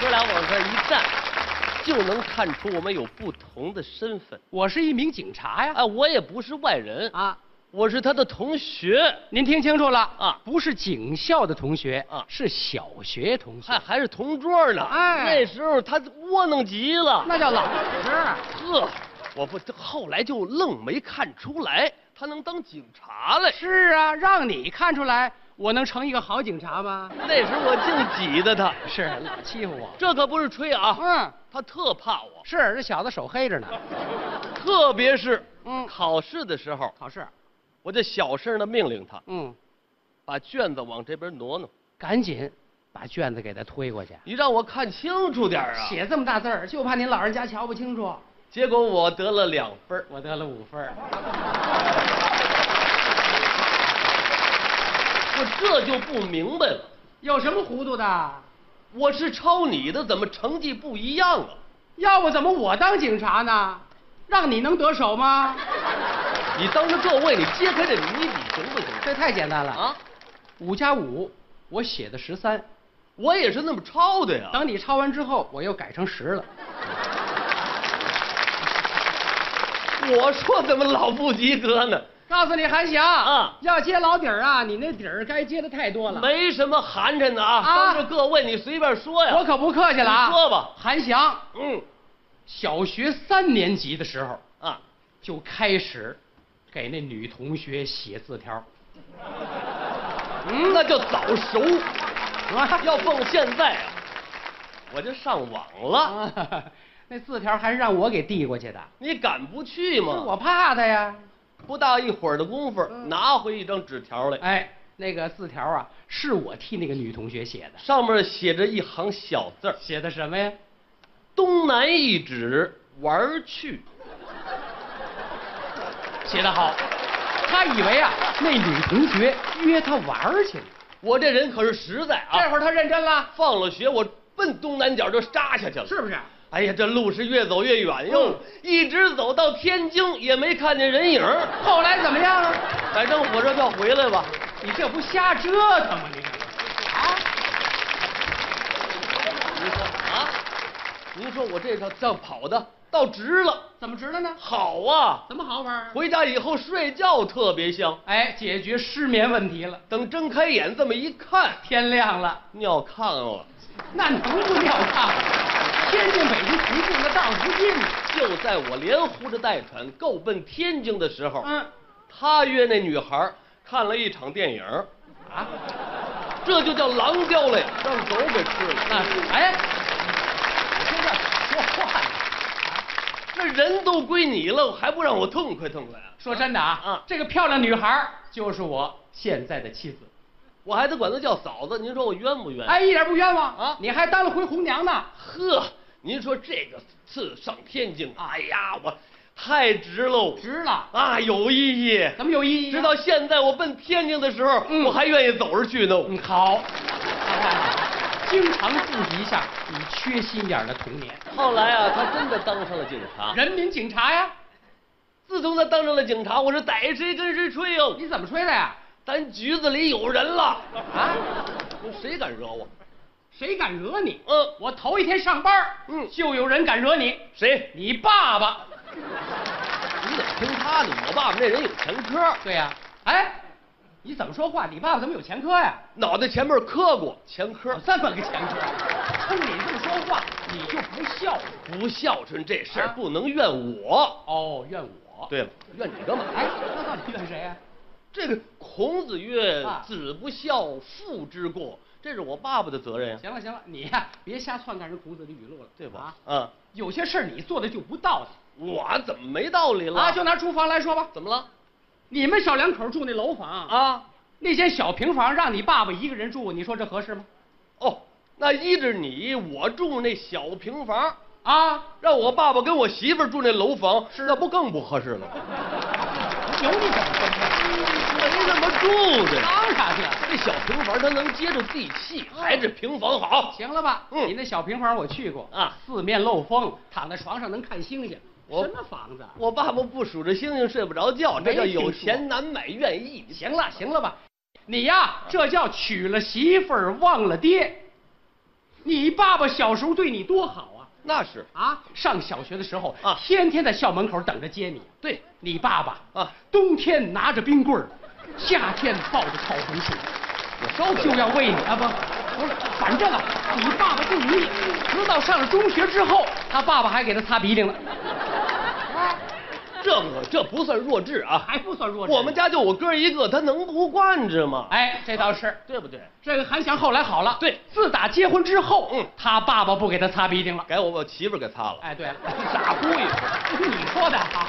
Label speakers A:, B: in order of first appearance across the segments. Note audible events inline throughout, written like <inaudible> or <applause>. A: 哥俩往这一站，就能看出我们有不同的身份。
B: 我是一名警察呀。
A: 哎，我也不是外人啊，
B: 啊，
A: 我是他的同学。
B: 您听清楚了
A: 啊
B: 不是警校的同学
A: 啊
B: 是小学同学
A: 还，还是同桌呢，
B: 哎
A: 那时候他窝囊极了，
B: 那叫老啊实。
A: 呵，我不，后来就愣没看出来他能当警察嘞。
B: 是啊，让你看出来，我能成一个好警察吗？
A: 那时我净挤得他，
B: 是哎老欺负我。
A: 这可不是吹啊，
B: 嗯，啊
A: 他特怕我，
B: 是这小子手黑着呢。
A: 特别是
B: 嗯，
A: 考试的时候，
B: 考试，
A: 我就小声的命令他
B: 嗯，
A: 把卷子往这边挪挪，
B: 赶紧把卷子给他推过去。
A: 你让我看清楚点儿啊。
B: 写这么大字儿，就怕您老人家瞧不清楚。
A: 结果我得了两分儿
B: 我得了五分儿，
A: 我这就不明白了，
B: 有什么糊涂的？
A: 我是抄你的，怎么成绩不一样啊？
B: 要不怎么我当警察呢？让你能得手吗？啊
A: 你当着各位，你揭开这谜底行不行？
B: 这太简单了啊！
A: 啊，
B: 五加五，我写的十三，
A: 我也是那么抄的呀。
B: 等你抄完之后，我又改成十了。
A: 我说怎么老不及格呢？
B: 告诉你，韩霞
A: 啊
B: 要揭老底儿啊，你那底儿该揭的太多了。
A: 没什么寒碜的啊，
B: 啊
A: 当着各位你随便说呀。
B: 我可不客气了啊！
A: 你说吧
B: 韩翔，
A: 嗯
B: 小学三年级的时候
A: 啊，
B: 就开始给那女同学写字条，
A: 嗯，那就早熟。
B: 啊
A: 要碰现在啊，我就上网了。
B: 啊， <laughs> 那字条还是让我给递过去的，
A: 你敢不去
B: 我
A: 吗？
B: 怕他呀。
A: 不大一会儿的功夫，拿回一张纸条来，
B: 哎，那个字条啊，是我替那个女同学写的，
A: 上面写着一行小字儿
B: 写的什么呀？：“
A: 东南一指玩儿去。
B: 写的好，他以为啊，那女同学约他玩儿去了。”
A: 我这人可是实在
B: 这
A: 啊！
B: 会儿他认真了，
A: 放了学，我奔东南角就扎下去了。
B: 是不是？
A: 哎呀，这路是越走越远哟，
B: 嗯
A: 一直走到天津也没看见人影儿。
B: 后来怎么样啊？
A: 反正火车票回来吧，
B: 你这不瞎折腾吗？你这是啊？
A: 您说啊，您说我这个这跑的到值了，
B: 怎么值了呢？
A: 好啊！
B: 怎么好玩？
A: 回家以后睡觉特别香，
B: 哎，解决失眠问题了。
A: 等睁开眼这么一看，
B: 天亮了，
A: 尿炕了，
B: 那能不尿炕吗？天津北京重庆的道儿不近呢。
A: 就在我连呼着带喘够奔天津的时候，
B: 嗯，
A: 他约那女孩儿看了一场电影儿，
B: 啊，
A: 这就叫狼叼嘞，让狗给吃了。
B: 那哎，你这叫说话呢？
A: 这人都归你了，还不让我痛快痛快啊？
B: 说真的啊，
A: 啊
B: 这个漂亮女孩儿就是我现在的妻子。
A: 我还得管她叫嫂子，您说我冤不冤？
B: 哎，，一点不冤枉
A: 啊
B: 你还当了回红娘呢。
A: 呵，您说这个次上天津，哎呀，我太值喽，
B: 值了，
A: 啊，有意义。
B: 怎么有意义啊？
A: 直到现在，我奔天津的时候，
B: 嗯
A: 我还愿意走着去呢。
B: 嗯，好，哎经常复习一下你缺心眼儿的童年。
A: 后来啊，他真的当上了警察。
B: 人民警察呀，
A: 自从他当上了警察，我是逮谁跟谁吹哦。
B: 你怎么吹的呀？
A: 咱局子里有人了，
B: 啊，
A: 谁敢惹我？
B: 谁敢惹你？
A: 嗯，
B: 我头一天上班儿，
A: 嗯
B: 就有人敢惹你，
A: 谁？
B: 你爸爸。
A: 你得听他的，我爸爸那人有前科，
B: 对呀、哎，你怎么说话？你爸爸怎么有前科呀？
A: 脑袋前面磕过前科
B: 有。这么个前科，冲你这么说话，你就不孝顺。
A: 不孝顺这事儿
B: 啊
A: 不能怨我。
B: 哦，怨我。，
A: 对了，怨你干嘛？
B: 哎，那到底怨谁呀、
A: 这个孔子曰
B: 啊：“
A: 子不孝，父之过。”这是我爸爸的责任呀，
B: 行了行了，你呀、别瞎篡改人孔子的语录了，
A: 对吧
B: 啊？
A: 啊，
B: 有些事儿你做的就不道
A: 我怎么没道理
B: 理
A: 了？
B: 啊！就拿厨房来说吧，
A: 怎么了？
B: 你们小两口住那楼房，
A: 啊，
B: 那间小平房让你爸爸一个人住，你说这合适吗？
A: 哦，那依着你，我住那小平房，
B: 啊，
A: 让我爸爸跟我媳妇儿住那楼房，那不更不合适了？
B: 有你怎么回事？
A: 没那么住的。
B: 当然了，
A: 这小平房它能接住地气，还是平房好。
B: 啊行了吧？
A: 嗯
B: 你那小平房我去过
A: 啊
B: 四面漏风，躺在床上能看星星，
A: 我
B: 什么房子啊？
A: 我爸爸不数着星星睡不着觉，这叫
B: 没听
A: 有
B: 说
A: 钱难买愿意。
B: 行了行了吧，你呀，这叫娶了媳妇儿忘了爹。你爸爸小时候对你多好啊！
A: 那是
B: 啊，上小学的时候
A: 啊
B: 天天在校门口等着接你。
A: 对
B: 你爸爸
A: 啊，
B: 冬天拿着冰棍儿，夏天抱着烤红薯，
A: 我受
B: 就要喂你啊不，不是，反正啊，你爸爸对你，直到上了中学之后，他爸爸还给他擦鼻涕呢，
A: 这我这不算弱智啊，
B: 还不算弱智。
A: 我们，家就我哥一个，他能不惯着吗？
B: 哎，这倒是。
A: 对不对？
B: 这个韩翔后来好了，
A: 啊对
B: 自打结婚之后，
A: 嗯
B: 他爸爸不给他擦鼻涕了。
A: 给我我媳妇儿给擦了。
B: 哎，对、
A: <laughs>
B: 啊，咋忽悠？你说的啊？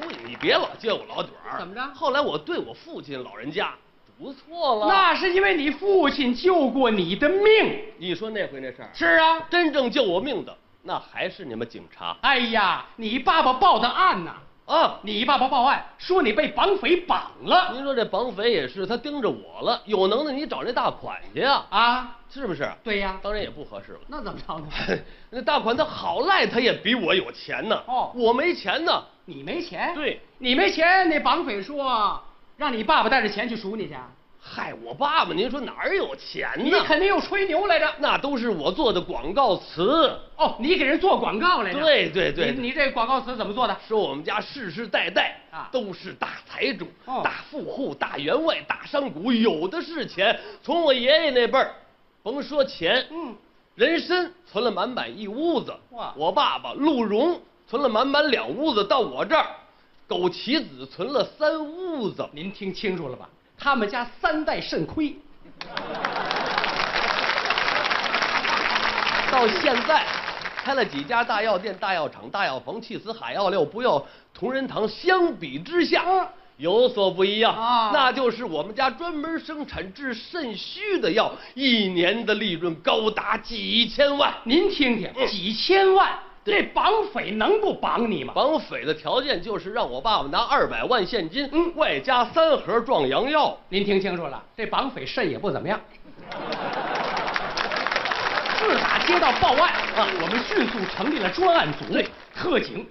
A: 姑爷，你别老揭我老底儿。
B: 怎么着
A: 后来我对我父亲老人家不错了。
B: 那是因为你父亲救过你的命。
A: 你说那回那事儿，
B: 是啊，
A: 真正救我命的，那还是你们警察
B: 哎呀，你爸爸报的案呐、
A: 啊！
B: 你爸爸报案说你被绑匪绑了
A: 您说这绑匪也是，他盯着我了，有能耐你找那大款去呀、
B: 啊？
A: 是不是？
B: 对呀，
A: 当然也不合适了。
B: 那怎么着呢？
A: <laughs> 那大款他好赖，他也比我有钱呢。
B: 哦
A: 我没钱呢。
B: <laughs> 你没钱？
A: 对，
B: 你没钱，那绑匪说让你爸爸带着钱去赎你去，
A: 嗨，我爸爸，您说哪儿有钱
B: 你
A: 呢？
B: 肯定又吹牛来着。
A: 那都是我做的广告词。
B: 哦，你给人做广告来着？
A: 对对对
B: 你你这广告词怎么做的？
A: 说我们家世世代代
B: 啊
A: 都是大财主、
B: 哦
A: 大富户、大员外、大商贾，有的是钱。从我爷爷那辈儿，甭说钱，
B: 嗯，
A: 人参存了满满一屋子。
B: 哇
A: 我爸爸陆荣存了满满两屋子，到我这儿，枸杞子存了三屋子。
B: 您听清楚了吧？他们家三代肾亏，
A: 到现在，开了几家大药店、大药厂、大药房、气死海药六不要同仁堂，相比之
B: 嗯
A: 下有所不一样
B: 啊
A: 那就是我们家专门生产治肾虚的药，一年的利润高达几千万。
B: 您听听，
A: 嗯
B: 几千万，
A: 对
B: 这绑匪能不绑你吗？
A: 绑匪的条件就是让我爸爸拿二百万现金，
B: 嗯
A: 外加三盒壮阳药。
B: 您听清楚了，这绑匪肾也不怎么样。自打接到报案啊，我们迅速成立了专案组，
A: 嗯对
B: 特警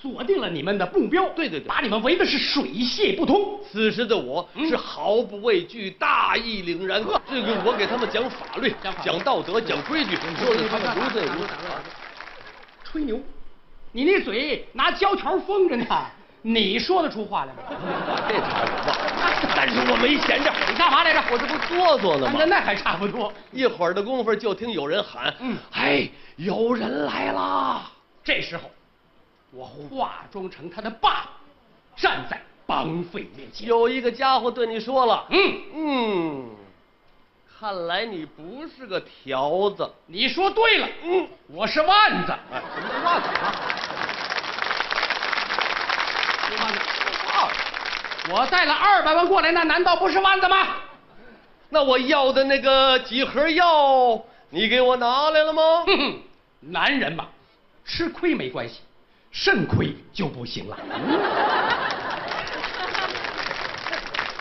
B: 锁定了你们的目标，
A: 对对对
B: 把你们围的是水泄不通。
A: 此时的我
B: 嗯
A: 是毫不畏惧，大义凛然。这个我给他们讲法律
B: 讲法，律
A: 讲道德，讲规矩，说的他们无罪无
B: 打住打住打
A: 罚
B: 住。吹牛，你那嘴拿胶条封着呢，你说得出话来吗？
A: <laughs> 这差不多，但是我没闲着，
B: 你干嘛来着？
A: 我这不哆嗦呢
B: 跟
A: 吗？
B: 那还差不多。
A: 一会儿的功夫就听有人喊：“
B: 嗯
A: 哎，有人来啦
B: 这时候，我化妆成他的爸爸，站在绑匪面！”前。
A: 有一个家伙对你说了
B: 嗯：“，
A: 嗯，看来你不是个条子。
B: 你说对了，
A: 嗯，
B: 我是腕子。
A: 哎，什么袜子啊？
B: 是腕子哎我带了二百万过来，那难道不是腕子吗？
A: 那我要的那个几盒药，你给我拿来了吗？
B: 哼哼，男人嘛，吃亏没关系，肾亏就不行了。
A: 嗯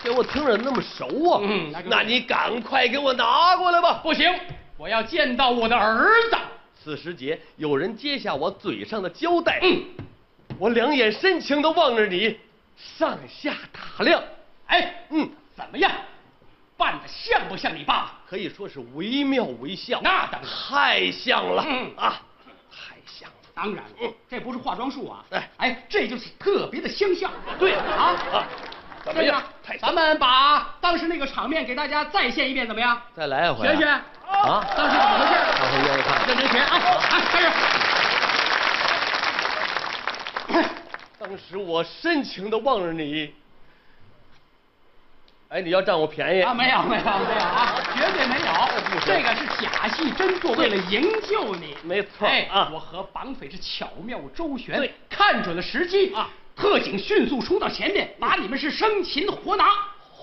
A: 这我听着那么熟啊。
B: 嗯那就
A: 那你赶快给我拿过来吧。
B: 不行，我要见到我的儿子。
A: 此时节，有人揭下我嘴上的胶带。
B: 嗯，
A: 我两眼深情地望着你，上下打量，
B: 哎，
A: 嗯，
B: 怎么样？扮的像不像你爸
A: 可以说是惟妙惟肖
B: 爸？，那当然。
A: 太像了、
B: 嗯
A: 啊，太像了。
B: 当然了
A: 嗯，
B: 这不是化妆术啊！
A: 哎
B: 哎，这就是特别的相像。
A: 对
B: 啊
A: 啊，怎么样？
B: 这
A: 太
B: 咱
A: 像
B: 们把当时那个场面给大家再现一遍，怎么样？
A: 再来一回、
B: 学学
A: 啊！
B: 哦当时怎么回事？
A: 往回接着看。啊
B: 认真学，哎哎，开始。
A: <laughs> 当时我深情地望着你，哎，你要占我便宜
B: 啊，没有没有没有啊，绝对没有
A: 哎不是，
B: 这个是假戏真做，为了营救你，
A: 没错
B: 哎
A: 啊
B: 我和绑匪是巧妙周旋，
A: 对
B: 看准了时机
A: 啊，嗯
B: 特警迅速冲到前面，把你们是生擒活拿。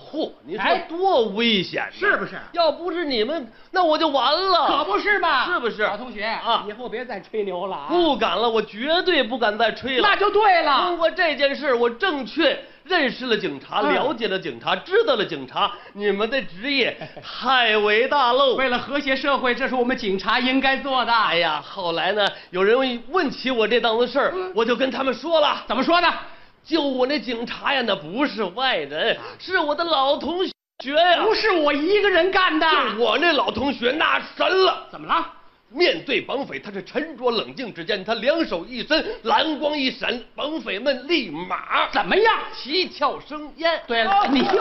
A: 嚯，你
B: 哎
A: 说多危险呐、
B: 是不是
A: 要不是你们，那我就完了。
B: 可不是嘛，
A: 是不是
B: 老同学
A: 啊
B: 以后别再吹牛了啊！
A: 不敢了，我绝对不敢再吹了。
B: 那就对
A: 通
B: 了。
A: 过这件事，我正确认识了警察，
B: 嗯
A: 了解了警察，知道了警察。你们的职业
B: <laughs>
A: 太伟大喽！
B: 为了和谐社会，这是我们警察应该做的。
A: 哎呀，后来呢，有人问起我这档子事儿，
B: 嗯
A: 我就跟他们说了，哎
B: 怎么说呢？
A: 就我那警察呀，那不是外人，是我的老同学。绝呀、
B: 啊不是啊我一个人干的。
A: 就是我那老同学那神了。
B: 怎么了？
A: 面对绑匪，他是沉着冷静之间，他两手一伸，蓝光一闪，绑匪们立马
B: 怎么样？
A: 七窍生烟。
B: 对了，你又吹。